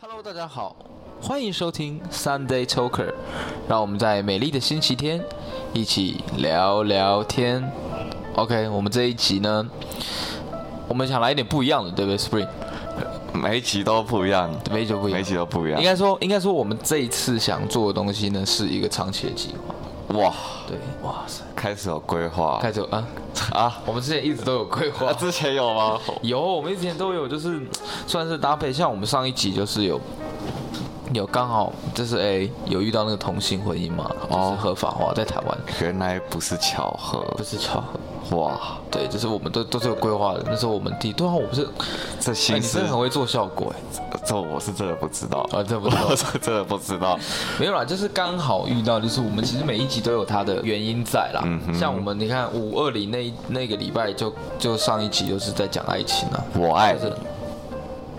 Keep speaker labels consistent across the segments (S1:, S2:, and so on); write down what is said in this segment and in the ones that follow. S1: Hello，大家好，欢迎收听 Sunday Talker，让我们在美丽的星期天一起聊聊天。OK，我们这一集呢，我们想来一点不一样的，对不对？Spring，
S2: 每一集都不一样，
S1: 每一集都不一样
S2: 每一集都不一样
S1: 应。该说，应该说我们这一次想做的东西呢，是一个长期的计划。
S2: 哇，
S1: 对，哇塞，
S2: 开始有规划
S1: 开始有啊，
S2: 啊？
S1: 我们之前一直都有规划
S2: 啊，，之前有吗？
S1: 有，我们之前都有，就是算是搭配。像我们上一集就是有有刚好就是哎、有遇到那个同性婚姻嘛，就是合法化在台湾，
S2: 哦原来不是巧合
S1: 不，是巧合。
S2: 哇，
S1: 对，就是我们都都是有规划的。那时候我们第对啊，我不是，
S2: 这
S1: 哎、
S2: 心
S1: 你
S2: 思
S1: 真的，很会做效果哎、
S2: 这我是真的不知道，
S1: 啊，这不错。
S2: 我是真的不知道。
S1: 没有啦，就是刚好遇到，就是我们其实每一集都有它的原因在啦。
S2: 嗯哼
S1: 像我们你看五二零那一那个礼拜就就上一集就是在讲爱情啊，
S2: 我爱
S1: 就是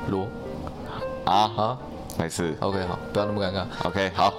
S1: 罗
S2: 啊，
S1: 啊
S2: 没事
S1: ，OK 好，不要那么尴尬。
S2: ，OK，好。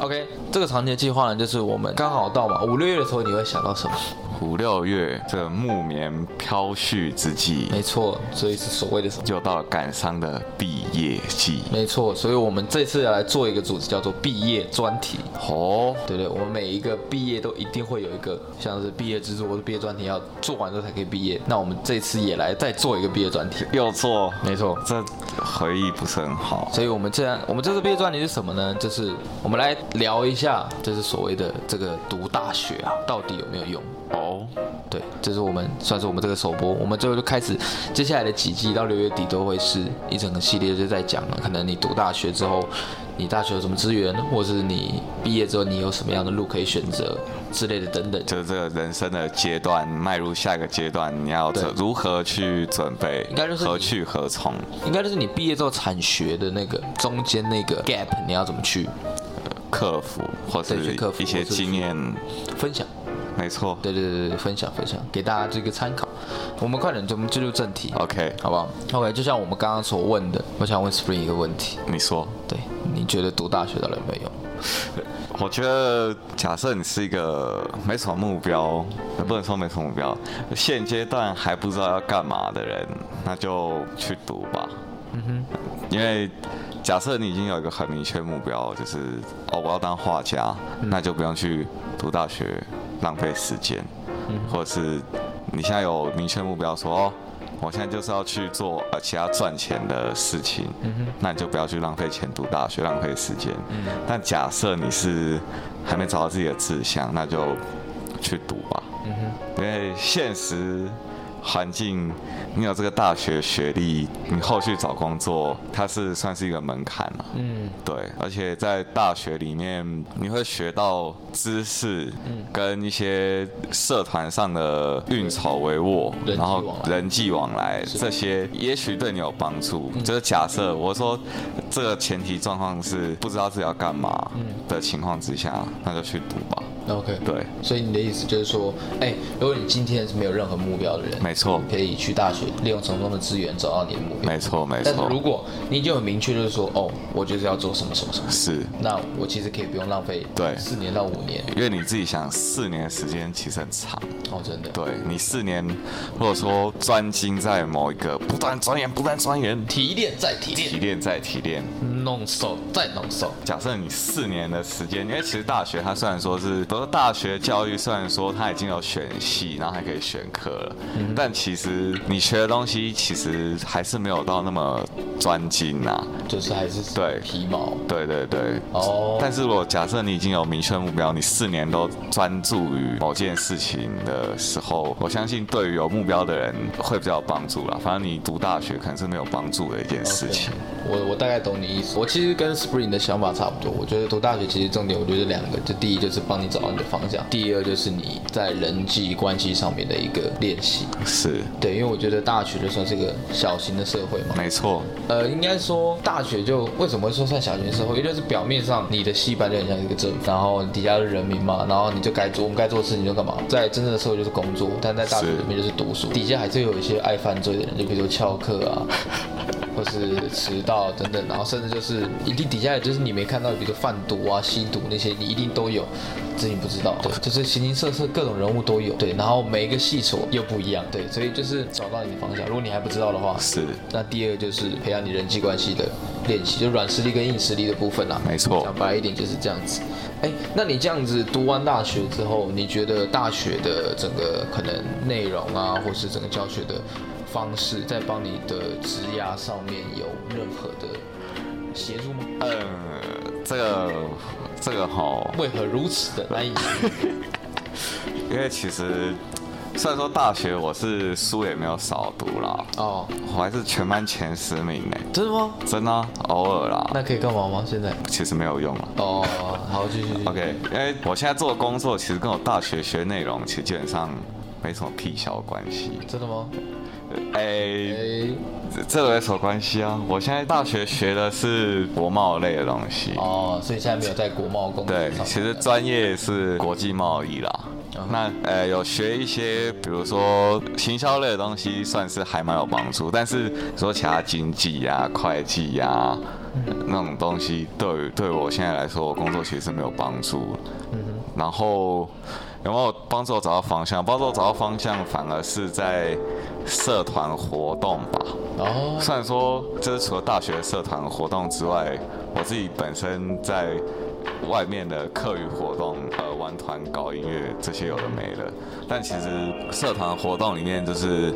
S1: OK，这个长期的计划呢，就是我们刚好到嘛五六月的时候，你会想到什么？
S2: 五六月这木棉飘絮之际，
S1: 没错，所以是所谓的什么？
S2: 又到了感伤的毕业季
S1: 没错，所以我们这次要来做一个主题，叫做毕业专题。
S2: 哦。
S1: 对不对，我们每一个毕业都一定会有一个像是毕业制作或者毕业专题，要做完之后才可以毕业。那我们这次也来再做一个毕业专题。
S2: 又错，
S1: 没错，
S2: 这回忆不是很好。
S1: 所以我们这样，我们这次毕业专题是什么呢？就是我们来聊一下，就是所谓的这个读大学啊，到底有没有用？
S2: 哦，
S1: 对，这是我们算是我们这个首播，我们最后就开始接下来的几季到六月底都会是一整个系列，就在讲可能你读大学之后，你大学有什么资源，或是你毕业之后你有什么样的路可以选择之类的等等。
S2: 就是这个人生的阶段，迈入下一个阶段，你要怎
S1: 对
S2: 如何去准备？
S1: 应该就是你
S2: 何去何从？
S1: 应该就是你毕业之后产学的那个中间那个 gap，你要怎么去
S2: 克服或是
S1: 对去克服
S2: 一些
S1: 或是去
S2: 经验，
S1: 分享？
S2: 没错。
S1: 对对对对，分享分享，给大家这个参考。我们快点，我们进入正题
S2: OK，
S1: 好不好？OK，就像我们刚刚所问的，我想问 Spring 一个问题，
S2: 你说。
S1: 对，你觉得读大学到底有没有用？
S2: 我觉得，假设你是一个没什么目标，也不能说没什么目标，现阶段还不知道要干嘛的人，那就去读吧。嗯哼，因为假设你已经有一个很明确目标，就是哦，我要当画家，那就不用去读大学浪费时间，或者是你现在有明确目标说，哦，我现在就是要去做呃其他赚钱的事情，那你就不要去浪费钱读大学，浪费时间。但假设你是还没找到自己的志向，那就去读吧，因为现实。环境，你有这个大学学历，你后续找工作，它是算是一个门槛了、
S1: 嗯，
S2: 对，而且在大学里面，你会学到知识，跟一些社团上的运筹帷幄，
S1: 人际
S2: 然后
S1: 往来
S2: 嗯人际往来嗯这些，也许对你有帮助。就是假设我说这个前提状况是不知道自己要干嘛的情况之下，那就去读吧。
S1: OK，
S2: 对，
S1: 所以你的意思就是说，哎、如果你今天是没有任何目标的人，
S2: 没错
S1: 你可以去大学，利用手中的资源找到你的目标。
S2: 没错，没
S1: 但是
S2: 错
S1: 如，果你已经很明确，就是说，哦，我就是要做什么什么什么，
S2: 是。
S1: 那我其实可以不用浪费
S2: 对
S1: 四年到五年。
S2: 因为你自己想，四年的时间其实很长，
S1: 哦，真的。
S2: 对你四年，或者说专精在某一个，不断钻研，不断钻研，
S1: 提炼再提
S2: 提
S1: 炼，
S2: 炼再提炼。
S1: 弄瘦再弄瘦。
S2: 假设你四年的时间，因为其实大学它虽然说是，都是大学教育，虽然说它已经有选系，然后还可以选科了，
S1: 嗯
S2: 但其实你学的东西其实还是没有到那么专精啊。
S1: 就是还是
S2: 对
S1: 皮毛。
S2: 对对对。
S1: 哦
S2: 但是如果假设你已经有明确目标，你四年都专注于某件事情的时候，我相信对于有目标的人会比较有帮助啦。反正你读大学可能是没有帮助的一件事情。
S1: 我我大概懂你意思。我其实跟 Spring 的想法差不多。我觉得读大学其实重点，我觉得两个，就第一就是帮你找到你的方向，第二就是你在人际关系上面的一个练习。
S2: 是，
S1: 对，因为我觉得大学就算是个小型的社会嘛，
S2: 没错。
S1: 呃，应该说大学就为什么会说算小型社会？因为就是表面上你的系班就很像一个政府，然后底下是人民嘛，然后你就该做我们该做的事情就干嘛。在真正的社会就是工作，但在大学
S2: 是
S1: 里面就是读书，底下还是有一些爱犯罪的人，就比如说翘课啊，或是迟到啊等等，然后甚至就是一定底下也就是你没看到，比如说贩毒啊、吸毒那些，你一定都有，只是你不知道。对，就是形形色色各种人物都有。对，然后每一个细所又不一样。对，所以就是找到你的方向。如果你还不知道的话，
S2: 是
S1: 那第二个就是培养你人际关系的练习，就软实力跟硬实力的部分啦。
S2: 没错
S1: 讲白一点就是这样子。哎，那你这样子读完大学之后，你觉得大学的整个可能内容啊，或是整个教学的方式，在帮你的职涯上面有任何的协助吗？
S2: 呃，这个这个哈，
S1: 为何如此的难以？
S2: 因为其实虽然说大学我是书也没有少读啦，
S1: 哦，
S2: 我还是全班前十名呢、
S1: 真的吗？
S2: 真的啊、偶尔啦，
S1: 那可以干嘛吗？现在？
S2: 其实没有用啊。
S1: 哦，好，继续。继续
S2: OK，因为我现在做的工作其实跟我大学学内容其实基本上没什么屁小关系。
S1: 真的吗？
S2: 哎、
S1: 哎，
S2: 这这有什么关系啊？我现在大学学的是国贸类的东西。
S1: 哦，所以现在没有在国贸工作
S2: 对
S1: 上，班嗯
S2: 其实专业是国际贸易啦。那呃，有学一些，比如说行销类的东西，算是还蛮有帮助。但是说其他经济呀、会计呀、
S1: 嗯
S2: 那种东西，对于对我现在来说，我工作其实是没有帮助。然后有没有帮助我找到方向？帮助我找到方向，反而是在社团活动吧。
S1: 哦，
S2: 虽然说，就是除了大学社团活动之外，我自己本身在外面的课余活动，呃，玩团、搞音乐这些有的没了。但其实社团活动里面，就是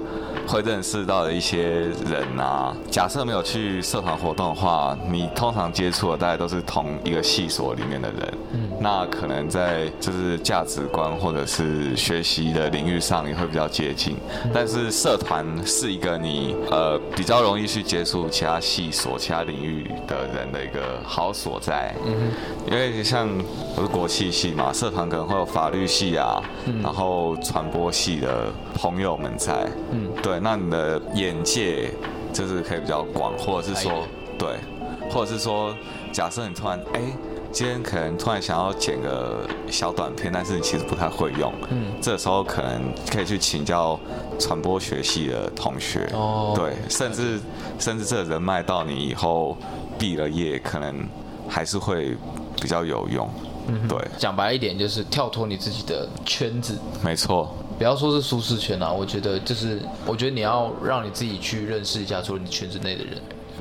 S2: 会认识到的一些人啊。假设没有去社团活动的话，你通常接触的大概都是同一个系所里面的人。嗯，那可能在就是价值观或者是学习的领域上也会比较接近。但是社团是一个你呃比较容易去接触其他系所、其他领域的人的一个好所在。嗯，因为像我是国系系嘛，社团可能会有法律系啊，然后传播系的朋友们在。嗯，对，那你的眼界就是可以比较广，或者是
S1: 开一
S2: 说
S1: 点
S2: 对，或者是说，假设你突然哎。今天可能突然想要剪个小短片，但是你其实不太会用，嗯，这时候可能可以去请教传播学系的同学，
S1: 哦
S2: 对，甚至甚至这人脉到你以后毕了业，可能还是会比较有用，
S1: 嗯
S2: 对，
S1: 讲白一点就是跳脱你自己的圈子，
S2: 没错，
S1: 不要说是舒适圈啦，我觉得就是，我觉得你要让你自己去认识一下，除了你圈子内的人。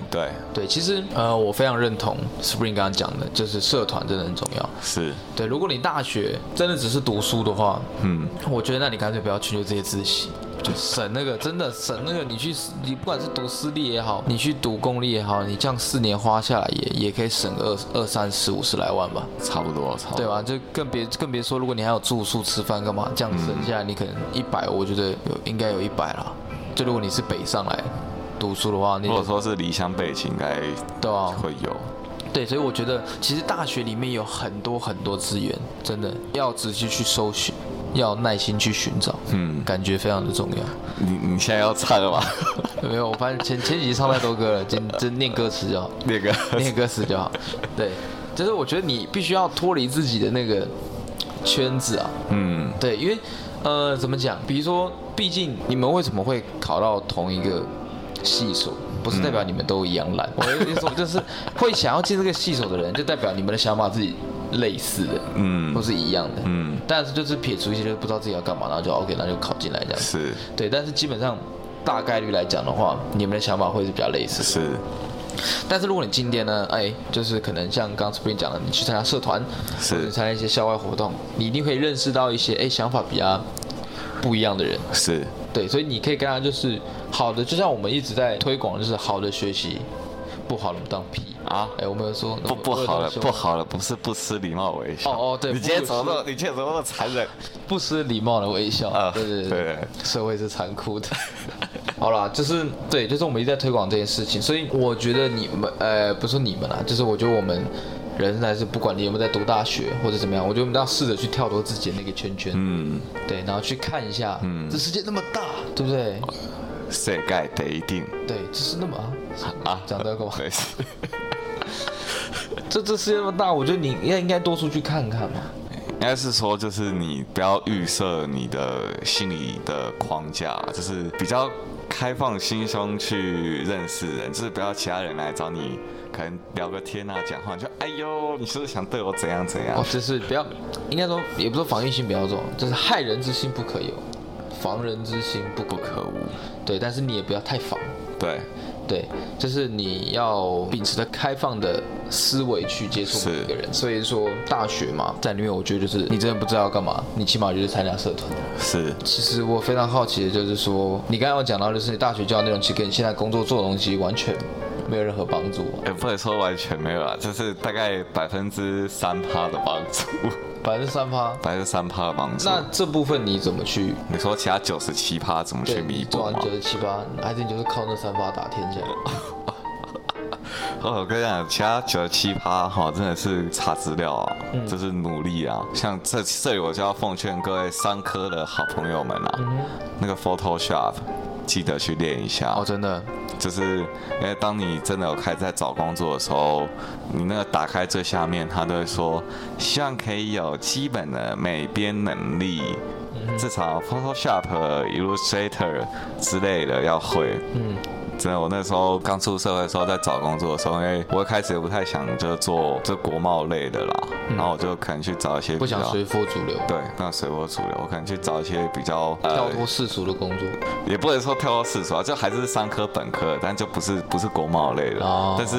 S2: 对，
S1: 对，其实呃，我非常认同 Spring 刚刚讲的，就是社团真的很重要。
S2: 是，
S1: 对，如果你大学真的只是读书的话，
S2: 嗯，
S1: 我觉得那你干脆不要去就这些自习，就省那个，真的省那个。你去，你不管是读私立也好，你去读公立也好，你这样四年花下来也也可以省个二二三十五十来万吧。
S2: 差不多，差不多，
S1: 对啊吧？就更别更别说，如果你还有住宿、吃饭干嘛，这样省下来你可能一百，我觉得有应该有一百啦。就如果你是北上来读书的话，你
S2: 如果说是离乡背景，应该
S1: 对啊，
S2: 会有，
S1: 对，所以我觉得其实大学里面有很多很多资源，真的要仔细去搜寻，要耐心去寻找，
S2: 嗯
S1: 感觉非常的重要。
S2: 你你现在要唱了吗？
S1: 没有，我发现前前几集唱太多歌了，今真念歌词就好。
S2: 那个
S1: 念歌词就好。对，就是我觉得你必须要脱离自己的那个圈子啊。
S2: 嗯，
S1: 对，因为呃，怎么讲？比如说，毕竟你们为什么会考到同一个系所，不是代表你们都一样 烂。我的意思说，就是会想要进这个系所的人，就代表你们的想法是类似的，
S2: 嗯
S1: 或是一样的，
S2: 嗯。
S1: 但是就是撇除一些就是不知道自己要干嘛，然后就 OK，那就考进来这样。
S2: 是
S1: 对，但是基本上大概率来讲的话，你们的想法会是比较类似的。
S2: 是，
S1: 但是如果你今天呢，哎，就是可能像刚 Spring 讲的，你去参加社团，
S2: 是
S1: 或者参加一些校外活动，你一定会认识到一些哎想法比较不一样的人。
S2: 是
S1: 对，所以你可以跟他就是好的，就像我们一直在推广，就是好的学习，不好的当屁
S2: 啊
S1: 哎，我没有说
S2: 不不
S1: 我有
S2: 好了，
S1: 这么说
S2: 不好了，不是不失礼貌微笑。
S1: 哦哦对
S2: 你今天
S1: 不
S2: 怎么那么，你今天怎么那么残忍？
S1: 不失礼貌的微笑。
S2: 啊
S1: 对对
S2: 对
S1: 对，社会是残酷的。 好啦，就是对，就是我们一直在推广这件事情，所以我觉得你们，呃，不是说你们啦，就是我觉得我们人还是不管你有没有在读大学或者怎么样，我觉得我们都要试着去跳脱自己的那个圈圈，
S2: 嗯，
S1: 对，然后去看一下，嗯，这世界那么大，对不对？
S2: 嗯世界得一定
S1: 对，就是那么
S2: 啊，
S1: 讲这 个嘛，
S2: 没事。
S1: 这这世界那么大，我觉得你应该应该多出去看看嘛。
S2: 应该是说，就是你不要预设你的心理的框架，就是比较开放心胸去认识人，就是不要其他人来找你，可能聊个天啊，讲话你就哎呦，你是不是想对我怎样怎样
S1: 哦，？就是不要，应该说也不是说防御心不要重，就是害人之心不可有，防人之心不可
S2: 不可无，
S1: 对，但是你也不要太防，
S2: 对，
S1: 对，就是你要秉持着开放的思维去接触每一个人。所以说大学嘛，在里面我觉得就是你真的不知道要干嘛，你起码就是参加社团。
S2: 是
S1: 其实我非常好奇的就是说，你刚刚有讲到就是你大学教的内容，其实跟你现在工作做的东西完全没有任何帮助啊。
S2: 也不能说完全没有啊，就是大概百分之三趴的帮助，
S1: 百分之三趴，
S2: 百分之三趴的帮助。
S1: 那这部分你怎么去？
S2: 你说其他九十七趴怎么去
S1: 对，
S2: 弥
S1: 你
S2: 补
S1: 做完
S2: 吗
S1: 九？十七八，还是你就是靠那三趴打天下？
S2: 哦，我跟你讲，其他九十七趴哈，真的是查资料啊，
S1: 嗯
S2: 就是努力啊。像这这里我就要奉劝各位商科的好朋友们啊，
S1: 嗯
S2: 那个 Photoshop 记得去练一下。
S1: 哦，真的，
S2: 就是因为当你真的有开始在找工作的时候，你那个打开最下面，他都会说希望可以有基本的美编能力，
S1: 嗯
S2: 至少 Photoshop、Illustrator 之类的要会。
S1: 嗯，
S2: 真的，我那时候刚出社会的时候，在找工作的时候，因为我一开始也不太想就做这国贸类的啦，然后我就可能去找一些比
S1: 嗯不想
S2: 较
S1: 随波逐流，
S2: 对，那随波逐流，我可能去找一些比较呃
S1: 跳脱世俗的工作。
S2: 也不能说跳到四所啊，就还是商科本科，但就不是不是国贸类的。
S1: 哦
S2: 但是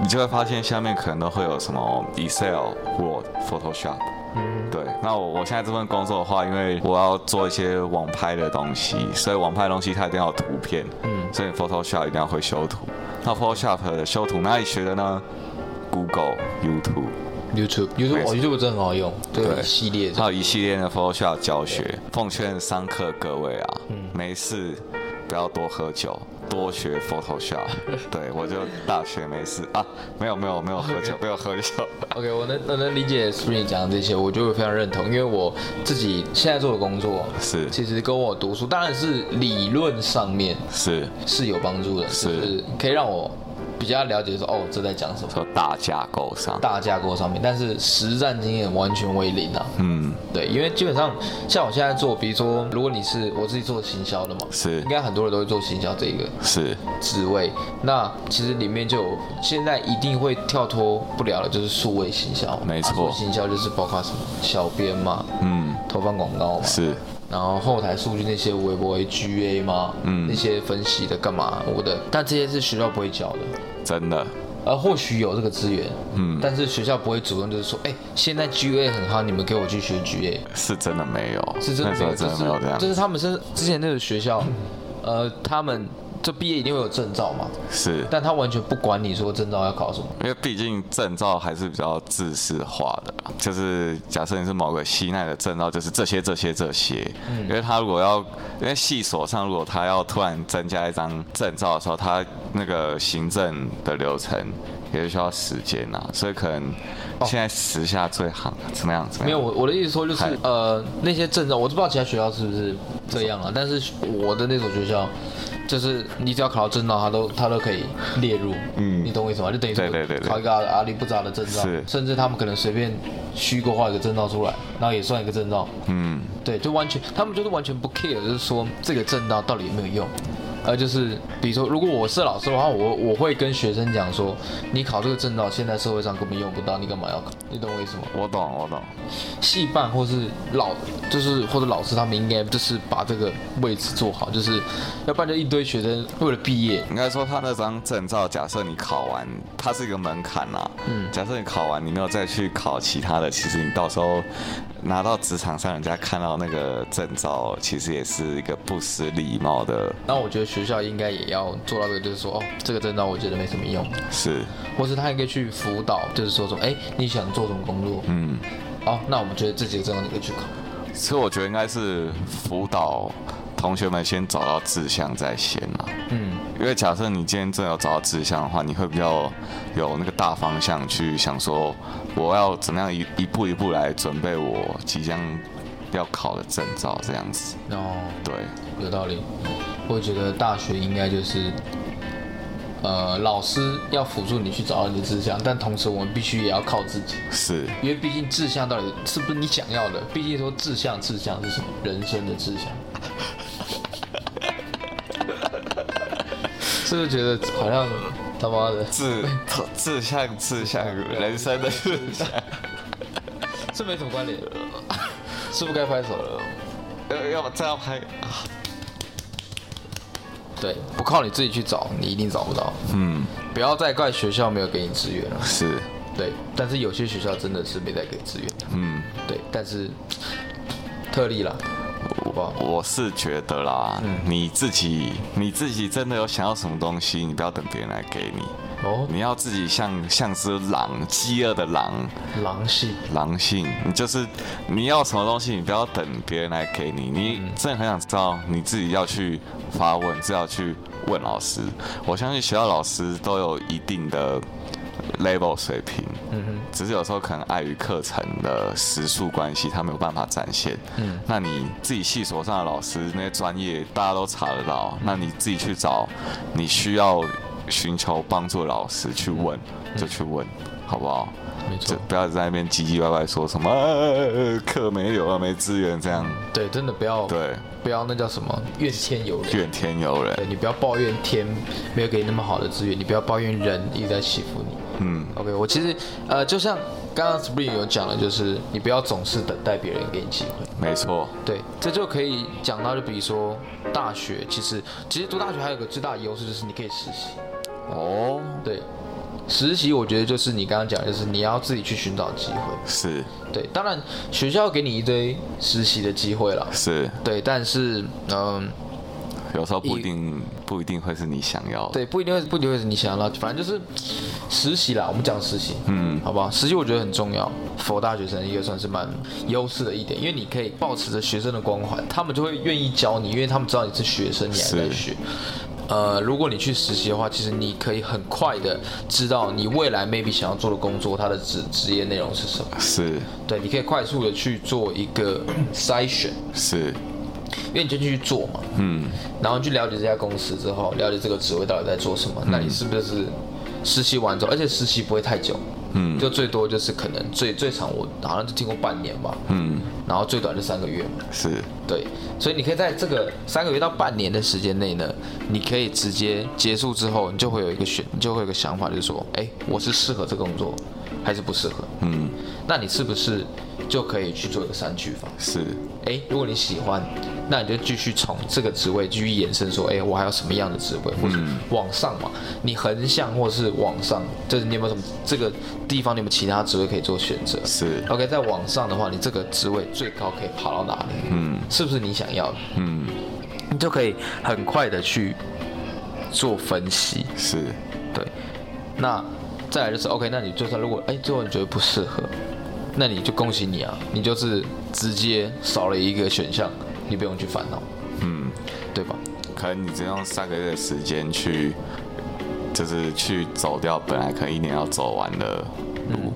S2: 你就会发现下面可能都会有什么 Excel、Word、Photoshop。
S1: 嗯
S2: 对，那我我现在这份工作的话，因为我要做一些网拍的东西，所以网拍的东西它一定要有图片，
S1: 嗯
S2: 所以 Photoshop 一定要会修图。那 Photoshop 的修图哪里学的呢？Google、YouTube，
S1: ，YouTube，YouTube 哦
S2: 没
S1: ，YouTube 真的很好用，对
S2: 对
S1: 一系列的
S2: 还有一系列的 Photoshop 教学。奉劝商科各位啊，
S1: 嗯
S2: 没事不要多喝酒，多学 Photoshop。对我就大学没事啊，没有没有没有喝 酒，没有喝酒。
S1: OK，我能我能理解 Spring 讲的这些，我就非常认同，因为我自己现在做的工作
S2: 是
S1: 其实跟我读书当然是理论上面
S2: 是
S1: 是有帮助的，
S2: 是
S1: 就是可以让我比较了解说哦这在讲什么
S2: 说大架构上，
S1: 大架构上面，但是实战经验完全为零啊。
S2: 嗯，
S1: 对，因为基本上像我现在做，比如说如果你是我自己做行销的嘛，
S2: 是
S1: 应该很多人都会做行销这一个
S2: 是
S1: 职位。那其实里面就有现在一定会跳脱不了的，就是数位行销。
S2: 没错
S1: 啊数位行销就是包括什么小编嘛，
S2: 嗯
S1: 投放广告嘛，
S2: 是
S1: 然后后台数据那些微博 GA 嘛，
S2: 嗯
S1: 那些分析的干嘛我的，但这些是学校不会教的。
S2: 真的，
S1: 呃，或许有这个资源，
S2: 嗯
S1: 但是学校不会主动就是说，哎、现在 GA 很好，你们给我去学 GA。
S2: 是真的没有，
S1: 是真
S2: 那
S1: 的没
S2: 时候
S1: 有，
S2: 真的没有这样
S1: 就，是他们是之前那个学校，呃，他们就毕业一定会有证照嘛，
S2: 是。
S1: 但他完全不管你说证照要考什么。
S2: 因为毕竟证照还是比较制式化的啊，就是假设你是某个西奈的证照，就是这些这些这些。因为他如果要，因为系所上如果他要突然增加一张证照的时候，他那个行政的流程也是需要时间啊，所以可能现在时下最行怎么样？怎么样？
S1: 没有，我我的意思说就是
S2: 嗨，
S1: 呃，那些证照我都不知道其他学校是不是这样啊，但是我的那所学校，就是你只要考到证照，他都他都可以列入，嗯，你懂我意思吗？就等于说
S2: 对对对对
S1: 考一个阿阿里不扎的证照
S2: 是，
S1: 甚至他们可能随便虚构画一个证照出来，然后也算一个证照，
S2: 嗯，
S1: 对，就完全，他们就是完全不 care，就是说这个正道到底有没有用。呃，就是比如说，如果我是老师的话，我我会跟学生讲说，你考这个正道，现在社会上根本用不到，你干嘛要考？你懂我意思吗？
S2: 我懂，我懂。
S1: 系办或是老，就是或者老师他们应该就是把这个位置做好，就是要不然就一堆学生为了毕业，
S2: 应该说他那张证照，假设你考完，它是一个门槛啦。嗯，假设你考完，你没有再去考其他的，其实你到时候拿到职场上，人家看到那个证照，其实也是一个不失礼貌的
S1: 那我觉得学校应该也要做到这个，就是说哦，这个正道我觉得没什么用，
S2: 事。
S1: 或是他应该去辅导，就是说什么，哎，你想做什么工作？
S2: 嗯，
S1: 哦，那我们觉得这几个正道你可以去考。
S2: 所以我觉得应该是辅导同学们先找到志向在先啦。
S1: 嗯，
S2: 因为假设你今天真的有找到志向的话，你会比较有那个大方向去想说，我要怎么样一一步一步来准备我即将要考的证照这样子。
S1: 哦，
S2: 对，
S1: 有道理。我觉得大学应该就是，呃，老师要辅助你去找到你的志向，但同时我们必须也要靠自己，
S2: 是
S1: 因为毕竟志向到底是不是你想要的？毕竟说志向，志向是什么？人生的志向。 是不是觉得好像他妈的
S2: 志志向志向，人生的志向。
S1: 这没什么关联，是不是该拍手了？
S2: 要要不这样拍啊？
S1: 对，不靠你自己去找，你一定找不到。
S2: 嗯，
S1: 不要再怪学校没有给你资源了。
S2: 是，
S1: 对，但是有些学校真的是没在给资源的。
S2: 嗯，
S1: 对，但是特例啦，好不好？
S2: 我是觉得啦，你自己你自己真的有想要什么东西，你不要等别人来给你，
S1: 哦，
S2: 你要自己像像只狼，饥饿的狼，
S1: 狼系
S2: 狼性，你就是你要什么东西，你不要等别人来给你，你真的很想知道，你自己要去发问，自己要去问老师。我相信学校老师都有一定的 level 水平，嗯哼，只是有时候可能碍于课程的时数关系，他没有办法展现。嗯，那你自己系所上的老师那些专业，大家都查得到，那你自己去找你需要寻求帮助的老师去问，就去问，好不好？
S1: 没
S2: 就
S1: 错，
S2: 不要在那边唧唧歪歪说什么呃课、没有啊，没资源这样，
S1: 对，真的不要
S2: 对，
S1: 不要那叫什么怨天尤人。
S2: 怨天尤
S1: 对
S2: 人。
S1: 你不要抱怨天没有给你那么好的资源，你不要抱怨人一直在欺负你。
S2: 嗯
S1: OK，我其实呃，就像刚刚 Spring 有讲的，就是你不要总是等待别人给你机会。
S2: 没错，
S1: 对，这就可以讲到，就比如说大学，其实其实读大学还有个最大的优势就是你可以实习。
S2: 哦，
S1: 对，实习我觉得就是你刚刚讲，就是你要自己去寻找机会。
S2: 是
S1: 对，当然学校给你一堆实习的机会啦。
S2: 是，
S1: 对，但是嗯，
S2: 有时候不一定不一定会是你想要的。
S1: 对，不一定会不一定会是你想要的，反正就是实习啦。我们讲实习，嗯，好不好？实习我觉得很重要，佛大学生也算是蛮优势的一点，因为你可以保持着学生的光环，他们就会愿意教你，因为他们知道你是学生，你还在
S2: 是
S1: 学。呃，如果你去实习的话，其实你可以很快的知道你未来 maybe 想要做的工作，它的职职业内容是什么。
S2: 是
S1: 对，你可以快速的去做一个筛选，
S2: 是，
S1: 因为你就去做嘛，嗯，然后你去了解这家公司之后，了解这个职位到底在做什么，那你是不是实习完之后，而且实习不会太久，嗯，就最多就是可能最最长我好像就听过半年吧，嗯，然后最短就三个月嘛，
S2: 是
S1: 对，所以你可以在这个三个月到半年的时间内呢，你可以直接结束之后，你就会有一个选，你就会有一个想法，就是说，哎，我是适合这个工作，还是不适合？嗯，那你是不是就可以去做一个三区法？
S2: 是
S1: 哎，如果你喜欢，那你就继续从这个职位继续延伸，说，哎，我还有什么样的职位，或者
S2: 嗯
S1: 往上嘛，你横向或是往上，就是你有没有什么这个地方，你有没有其他职位可以做选择？
S2: 是，
S1: OK，在往上的话，你这个职位最高可以爬到哪里？嗯，是不是你想要的？
S2: 嗯
S1: 你就可以很快的去做分析。
S2: 是
S1: 对，那再来就是 OK，那你就算如果哎最后你觉得不适合，那你就恭喜你啊，你就是直接少了一个选项，你不用去烦恼，
S2: 嗯，
S1: 对吧？
S2: 可能你只用三个月的时间去，就是去走掉本来可能一年要走完的路。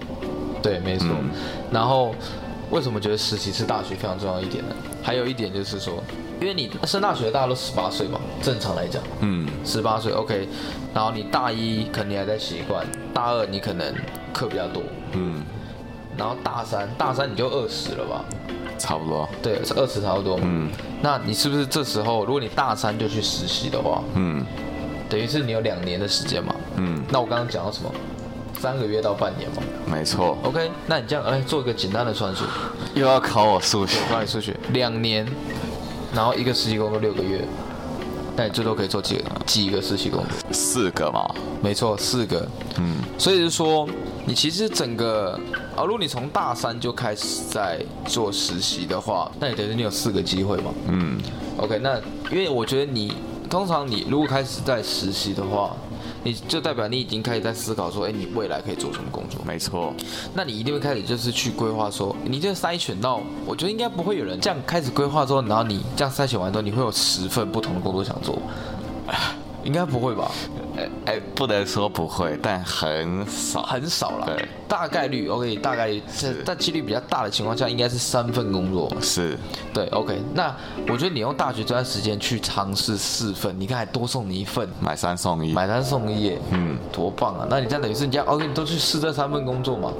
S1: 对，没错。
S2: 嗯
S1: 然后为什么觉得实习是大学非常重要一点呢？还有一点就是说，因为你升大学大家都十八岁嘛，正常来讲，
S2: 嗯，
S1: 十八岁 OK，然后你大一可能你还在习惯，大二你可能课比较多，
S2: 嗯，
S1: 然后大三大三你就二十了吧？
S2: 差不多。
S1: 对，是二十差不多。嗯，那你是不是这时候，如果你大三就去实习的话，
S2: 嗯，
S1: 等于是你有两年的时间嘛？
S2: 嗯，
S1: 那我刚刚讲到什么？三个月到半年嘛。
S2: 没错。
S1: OK，那你这样哎，做一个简单的算术，
S2: 又要考我数学
S1: 我教你数学，两年，然后一个实习工作六个月，那你最多可以做几个几个实习工作？
S2: 四个嘛？
S1: 没错，四个。嗯，所以是说，你其实整个啊，如果你从大三就开始在做实习的话，那你等于你有四个机会嘛。
S2: 嗯，
S1: OK，那因为我觉得你通常你如果开始在实习的话，你就代表你已经开始在思考说，哎，你未来可以做什么工作？
S2: 没错，
S1: 那你一定会开始就是去规划说，你就筛选到，我觉得应该不会有人这样开始规划之后，然后你这样筛选完之后，你会有十份不同的工作想做，应该不会吧？
S2: 哎、哎，不能说不会，但很少。
S1: 很少啦
S2: 对，
S1: 大概率 OK，大概率，但但几率比较大的情况下，应该是三份工作。
S2: 是，
S1: 对，OK，那我觉得你用大学这段时间去尝试四份，你看还多送你一份，
S2: 买三送一。
S1: 买单送一耶，嗯，多棒啊！那你这样等于是你这样 OK，你都去试这三份工作嘛，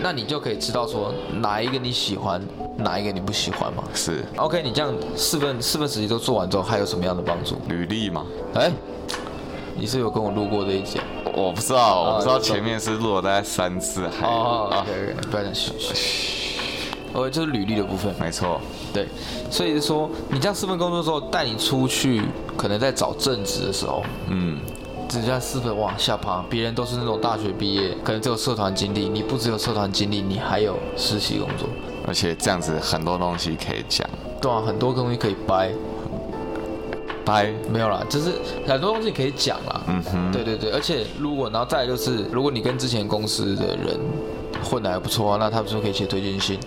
S1: 那你就可以知道说哪一个你喜欢，哪一个你不喜欢嘛。
S2: 是
S1: OK，你这样四份四份实习都做完之后，还有什么样的帮助？
S2: 履历嘛？
S1: 哎、你是有跟我录过这一集啊？
S2: 我不知道，我不知道
S1: 你说
S2: 前面是录了大概三次还
S1: 哦
S2: 啊，
S1: ，OK OK，不要讲，嘘嘘。哦，就是履历的部分，
S2: 没错，
S1: 对，所以是说你这样四份工作之后，带你出去，可能在找正职的时候，
S2: 嗯，
S1: 只剩下四份哇，下趴，别人都是那种大学毕业，可能只有社团经历，你不只有社团经历，你还有实习工作，
S2: 而且这样子很多东西可以讲，
S1: 对啊，很多东西可以掰，
S2: 拜，
S1: 没有啦，就是很多东西可以讲啦。嗯哼，对对对，而且如果然后再来就是，如果你跟之前公司的人混的还不错啊，那他们就可以写推荐信，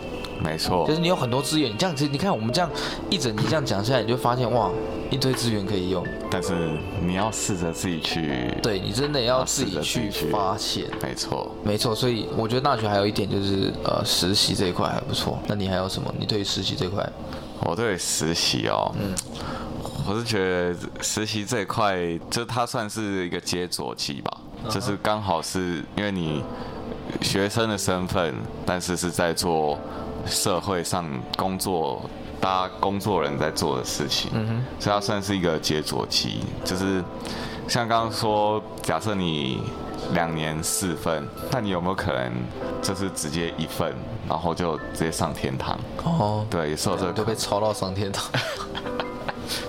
S2: 没错
S1: 就，是你有很多资源。你这样子，你看我们这样一整集这样讲下来，你就发现哇，一堆资源可以用。
S2: 但是你要试着自己去，
S1: 对你真的要
S2: 啊
S1: 自
S2: 是
S1: 己
S2: 的
S1: 去
S2: 自己去
S1: 发现。
S2: 没错，
S1: 没错，所以我觉得大学还有一点就是，呃，实习这一块还不错。那你还有什么？你对于实习这块，
S2: 我对实习哦，我是觉得实习这一块，就它算是一个接着期吧，就是刚好是因为你学生的身份，但是是在做社会上工作，大家工作人在做的事情，所以它算是一个接着期，就是像刚刚说，假设你。两年四分，那你有没有可能就是直接一份，然后就直接上天堂？
S1: 哦，
S2: 对，也是有这个
S1: 都
S2: 可
S1: 被抄到上 天堂。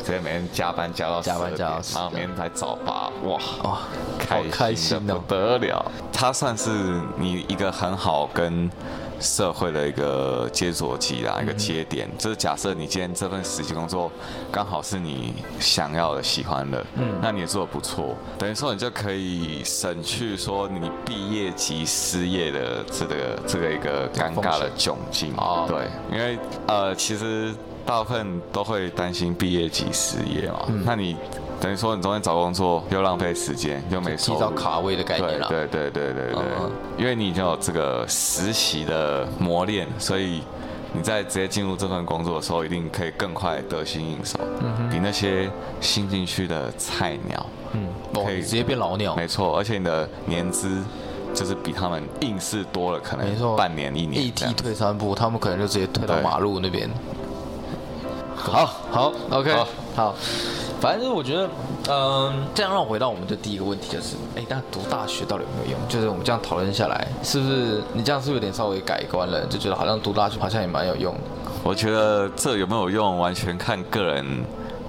S2: 直接每天加班加到
S1: 加班
S2: 12
S1: 加到
S2: 点然后
S1: 12
S2: 明天才早八，哇，
S1: 哦，好开
S2: 开心
S1: 心
S2: 的
S1: 哦
S2: 不得了。它算是你一个很好跟社会的一个接着期
S1: 嗯
S2: 啦，一个节点。就是假设你今天这份实习工作刚好是你想要的、喜欢的，嗯，那你也做的不错，等于说你就可以省去说你毕业及失业的这个这个一个尴尬的窘境。
S1: 哦
S2: 对，因为呃，其实大部分都会担心毕业及失业嘛。
S1: 嗯
S2: 那你等于说你中间找工作又浪费时间，又没收
S1: 提
S2: 入
S1: 早卡位的概念
S2: 对
S1: 啦。
S2: 对对对对对
S1: 嗯，
S2: 因为你已经有这个实习的磨练，所以你在直接进入这份工作的时候，一定可以更快得心应手，比那些新进去的菜鸟，
S1: 嗯，哦，
S2: 可以
S1: 你直接变老鸟。
S2: 没错，而且你的年资就是比他们硬是多了可
S1: 没错
S2: 能半年一
S1: 一
S2: 年这
S1: 梯
S2: 样。
S1: 退三步，他们可能就直接退到
S2: 对
S1: 马路那边。
S2: 好，
S1: 好，OK，
S2: 好
S1: 好，反正我觉得，嗯，这样让我回到我们的第一个问题，就是，哎、那读大学到底有没有用？就是我们这样讨论下来，是不是你这样是不是有点稍微改观了？就觉得好像读大学好像也蛮有用的。
S2: 我觉得这有没有用，完全看个人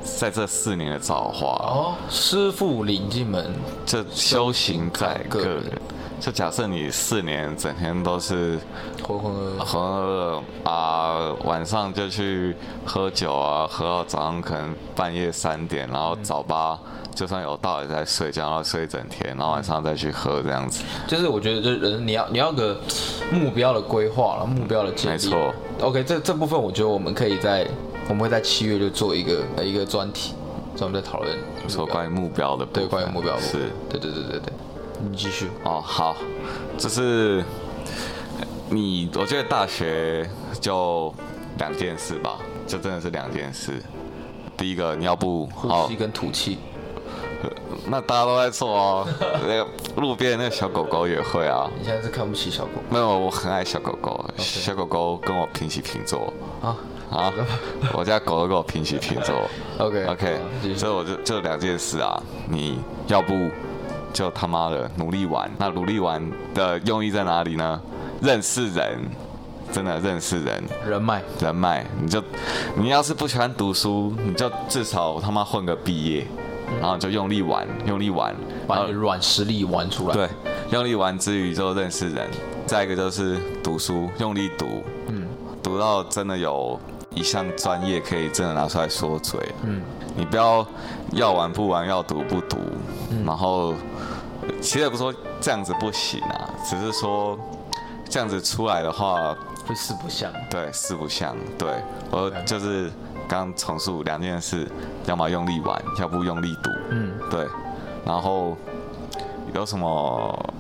S2: 在这四年的造化。
S1: 哦，师傅领进门，
S2: 这修行在个
S1: 个人
S2: 人。就假设你四年整天都是
S1: 浑浑噩噩。
S2: 浑噩噩啊，晚上就去喝酒啊，喝到早上可能半夜三点，然后早八就算有道理在睡觉，然后睡一整天，然后晚上再去喝这样子。
S1: 就是我觉得，就是呃人你要你要有个目标的规划了，目标的建立。
S2: 没错。
S1: OK，这这部分我觉得我们可以在我们会在七月就做一个呃一个专题，专门在讨论目
S2: 说
S1: 标
S2: 关于目标的部分，
S1: 对关于目标
S2: 是
S1: 对对对对对，你继续。
S2: 哦，好，就是你，我觉得大学就两件事吧，就真的是两件事。第一个，你要不哦
S1: 呼吸跟吐气，
S2: 那大家都在做哦，那个路边那个小狗狗也会啊。
S1: 你现在是看不起小狗
S2: 没有，我很爱小狗狗，小狗狗跟我平起平坐
S1: 啊
S2: 啊，我家狗都跟我平起平坐。
S1: ？OK
S2: OK，
S1: 好继续
S2: 所以我就就两件事啊，你要不就他妈的努力玩，那努力玩的用意在哪里呢？认识人，真的认识人，
S1: 人脉
S2: 人脉，你就你要是不喜欢读书，你就至少他妈混个毕业，然后你就用力玩，用力玩，然
S1: 把
S2: 后
S1: 你的软实力玩出来。，
S2: 对，用力玩之余就认识人，再一个就是读书，用力读，嗯，读到真的有一项专业可以真的拿出来说嘴，嗯，你不要要玩不玩，要读不读，然后其实也不是说这样子不行啊，只是说这样子出来的话，
S1: 会四不像。
S2: 对，四不像，对我就是刚重述两件事，要么用力玩，要不用力赌，
S1: 嗯，
S2: 对，然后有什么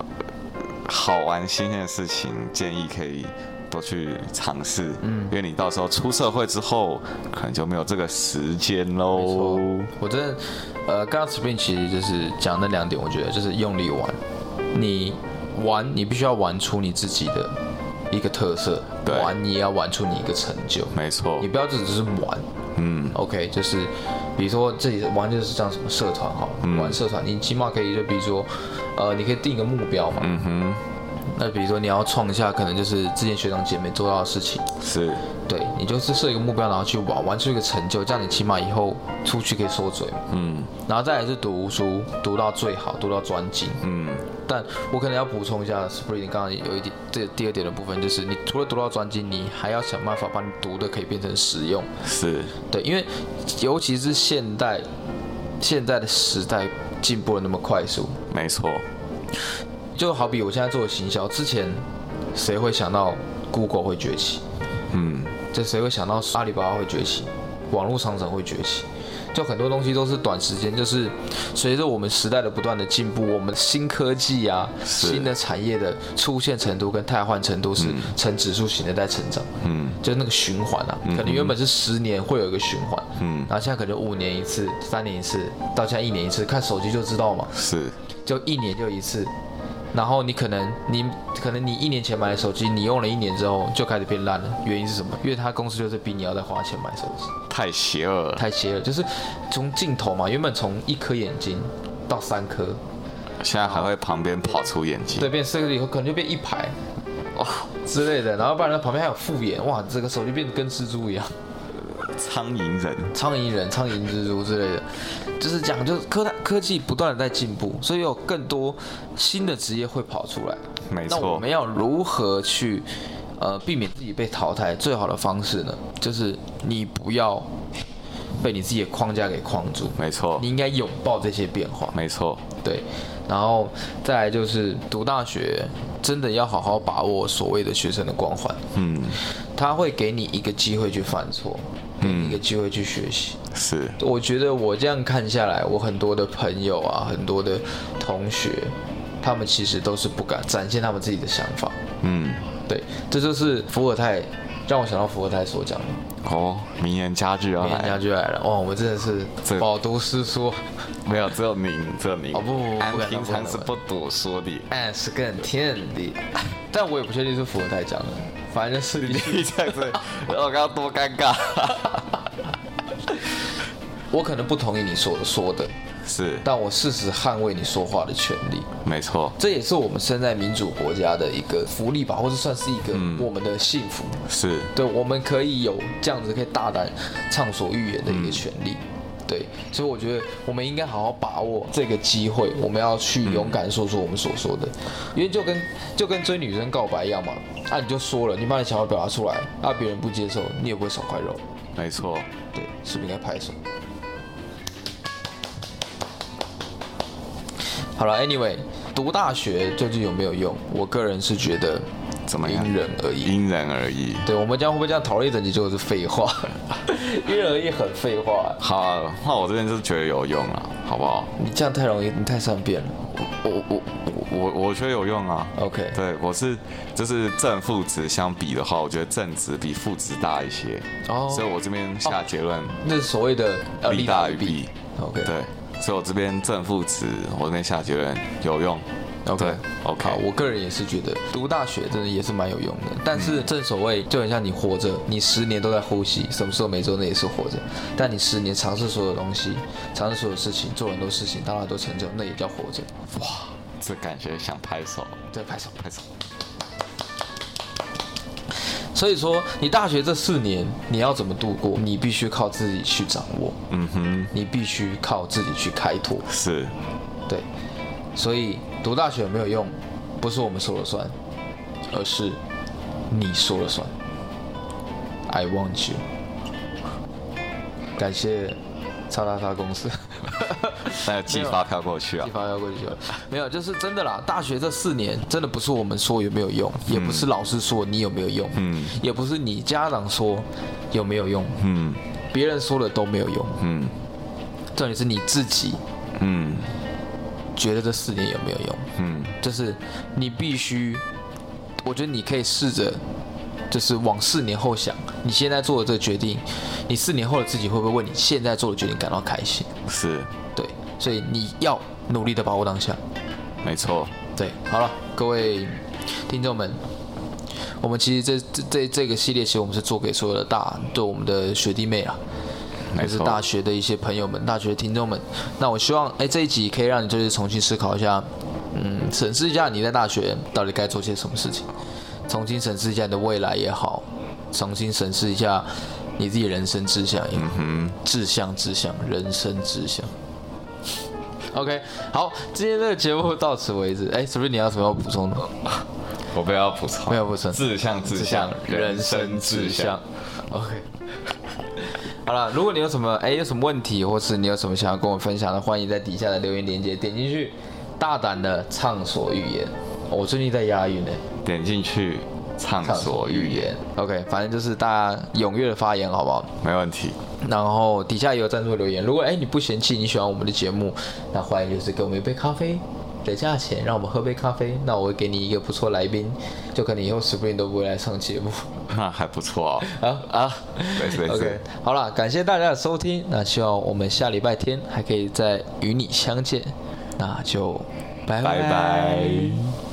S2: 好玩新鲜的事情，建议可以多去尝试，嗯，因为你到时候出社会之后，可能就没有这个时间
S1: 没错
S2: 喽，，
S1: 我真的，呃，刚刚 Spring 其实就是讲那两点，我觉得就是用力玩，你玩你必须要玩出你自己的一个特色，
S2: 对
S1: 玩你也要玩出你一个成就，
S2: 没错
S1: 你，不要只只是玩
S2: 嗯，
S1: ，OK，就是比如说自己玩就是像什么社团哈，
S2: 嗯
S1: 玩社团你起码可以就比如说，呃，你可以定一个目标嘛。
S2: 嗯哼，
S1: 那比如说你要创一下，可能就是之前学长姐没做到的事情，
S2: 是，
S1: 对你就是设一个目标，然后去玩，玩出一个成就，这样你起码以后出去可以说嘴嘛。
S2: 嗯
S1: 然后再来是读书，读到最好，读到专精。
S2: 嗯
S1: 但我可能要补充一下，Spring 你刚刚有一点这第二点的部分，就是你除了读到专精，你还要想办法把你读的可以变成实用。
S2: 是，
S1: 对，因为尤其是现代现在的时代进步的那么快速，
S2: 没错，
S1: 就好比我现在做的行销，之前谁会想到 Google 会崛起？
S2: 嗯
S1: 这谁会想到阿里巴巴会崛起，网络商城会崛起？就很多东西都是短时间，就是随着我们时代的不断的进步，我们新科技啊、
S2: 是
S1: 新的产业的出现程度跟汰换程度是呈指数型的在成长，
S2: 嗯
S1: 就是那个循环啊，可能原本是十年会有一个循环，
S2: 嗯
S1: 然后现在可能五年一次、三年一次，到现在一年一次，看手机就知道嘛，
S2: 是，
S1: 就一年就一次。然后你可能你可能你一年前买的手机，你用了一年之后就开始变烂了，原因是什么？因为他公司就是逼你要再花钱买手机，
S2: 太邪恶了，
S1: 太邪了。就是从镜头嘛，原本从一颗眼睛到三颗，
S2: 现在还会旁边跑出眼睛，
S1: 对，变四颗以后可能就变一排，哦之类的。然后不然它旁边还有复眼，哇，这个手机变得跟蜘蛛一样。
S2: 苍蝇人，
S1: 苍蝇人、苍蝇蜘蛛之类的，就是讲就是科大科技不断的在进步，所以有更多新的职业会跑出来。
S2: 没
S1: 那我
S2: 错
S1: 们，要如何去呃避免自己被淘汰？最好的方式呢，就是你不要被你自己的框架给框住，
S2: 没错
S1: 你，应该拥抱这些变化。
S2: 没错，
S1: 对，然后再来就是读大学，真的要好好把握所谓的学生的光环，
S2: 嗯，
S1: 他会给你一个机会去犯错，给
S2: 嗯
S1: 你一个机会去学习。
S2: 是，
S1: 我觉得我这样看下来，我很多的朋友啊，很多的同学，他们其实都是不敢展现他们自己的想法。
S2: 嗯，
S1: 对，这就是伏尔泰，让我想到伏尔泰所讲的，
S2: 哦，名言佳句要
S1: 人家
S2: 来，
S1: 就来了。哇，我真的是
S2: 这
S1: 饱读诗书，
S2: 没有，只有您，只有您，
S1: 哦不不不
S2: 俺
S1: 不敢当
S2: 平
S1: 不
S2: 常
S1: 敢当
S2: 是不多说的，
S1: 爱是更天地。但我也不确定是伏尔泰讲的，反正就是
S2: 你你这样子，我刚刚多尴尬，
S1: 我可能不同意你所说的，
S2: 是，
S1: 但我事实捍卫你说话的权利。
S2: 没错，
S1: 这也是我们身在民主国家的一个福利吧，或者算是一个我们的幸福。
S2: 是，
S1: 对，我们可以有这样子可以大胆畅所欲言的一个权利。
S2: 嗯
S1: 对，所以我觉得我们应该好好把握这个机会，我们要去勇敢说出我们所说的，因为就跟就跟追女生告白一样嘛，啊你就说了，你把你想要表达出来，啊别人不接受，你也不会少块肉，
S2: 没错，
S1: 对，是不是应该拍手？好了，Anyway，读大学究竟有没有用？我个人是觉得
S2: 怎么样
S1: 因人而异。
S2: 因人而异。
S1: 对，我们将会不会这样讨论一整集，结果是废话？ 因人而异，很废话。
S2: 好啊、那我这边是觉得有用啊，好不好？
S1: 你这样太容易，你太善变了。
S2: 我我我我我觉得有用啊。
S1: OK，
S2: 对，我是就是正负值相比的话，我觉得正值比负值大一些，
S1: 哦
S2: 所以我这边下结论，
S1: 那是所谓的呃
S2: 利大于弊。
S1: OK，
S2: 对，所以我这边正负值，我这边下结论有用。
S1: ，OK
S2: 对。，OK，
S1: 好，我个人也是觉得读大学真的也是蛮有用的，但是正所谓就很像你活着，你十年都在呼吸，什么时候没做那也是活着，但你十年尝试所有东西，尝试所有事情，做很多事情，达到很多成就，那也叫活着。
S2: 哇，这感觉想拍手，
S1: 对，拍手。
S2: 拍手。
S1: 所以说，你大学这四年你要怎么度过，你必须靠自己去掌握，
S2: 嗯哼，
S1: 你必须靠自己去开拓。
S2: 是，
S1: 对，所以读大学有没有用，不是我们说了算，而是你说了算。I want you。感谢叉叉叉公司。
S2: 那寄发票过去啊
S1: 地。方要过去了，没有，就是真的啦。大学这四年真的不是我们说有没有用，也不是老师说你有没有用，
S2: 嗯
S1: 也不是你家长说有没有用，
S2: 嗯
S1: 别人说的都没有用。
S2: 嗯
S1: 重点是你自己
S2: 嗯
S1: 觉得这四年有没有用，
S2: 嗯，
S1: 就是你必须，我觉得你可以试着。就是往四年后想，你现在做的这个决定，你四年后的自己会不会为你现在做的决定感到开心？
S2: 是，
S1: 对，所以你要努力的把握当下。
S2: 没错。
S1: 对，好了，各位听众们，我们其实这这这这个系列，其实我们是做给所有的大，对我们的学弟妹啊，
S2: 没
S1: 就是
S2: 错
S1: 大学的一些朋友们、大学的听众们。那我希望，哎，这一集可以让你就是重新思考一下，嗯，审视一下你在大学到底该做些什么事情，重新审视一下你的未来也好，重新审视一下你自己人生志向也好，
S2: 嗯
S1: 志向志向，人生志向。OK，好，今天这个节目到此为止。哎，是不是你要有什么要补充的？
S2: 哼，我不要补充，
S1: 没有补充
S2: 志向志向，人生志向。。
S1: OK。好了，如果你有什么哎、有什么问题，或是你有什么想要跟我分享的，欢迎在底下的留言链接点进去，大胆的畅所欲言。哦我最近在押韵呢、
S2: 点进去，畅所欲言，。
S1: OK，反正就是大家踊跃的发言，好不好？
S2: 没问题。
S1: 然后底下也有赞助留言，如果哎、你不嫌弃你喜欢我们的节目，那欢迎就是给我们一杯咖啡的价钱，让我们喝杯咖啡，那我会给你一个不错来宾，就可 能以后 Spring 都不会来上节目。
S2: 那还不 错哦。
S1: 啊啊，
S2: 没事没事
S1: OK，好了，感谢大家的收听，那希望我们下礼拜天还可以再与你相见，那就拜
S2: 拜拜。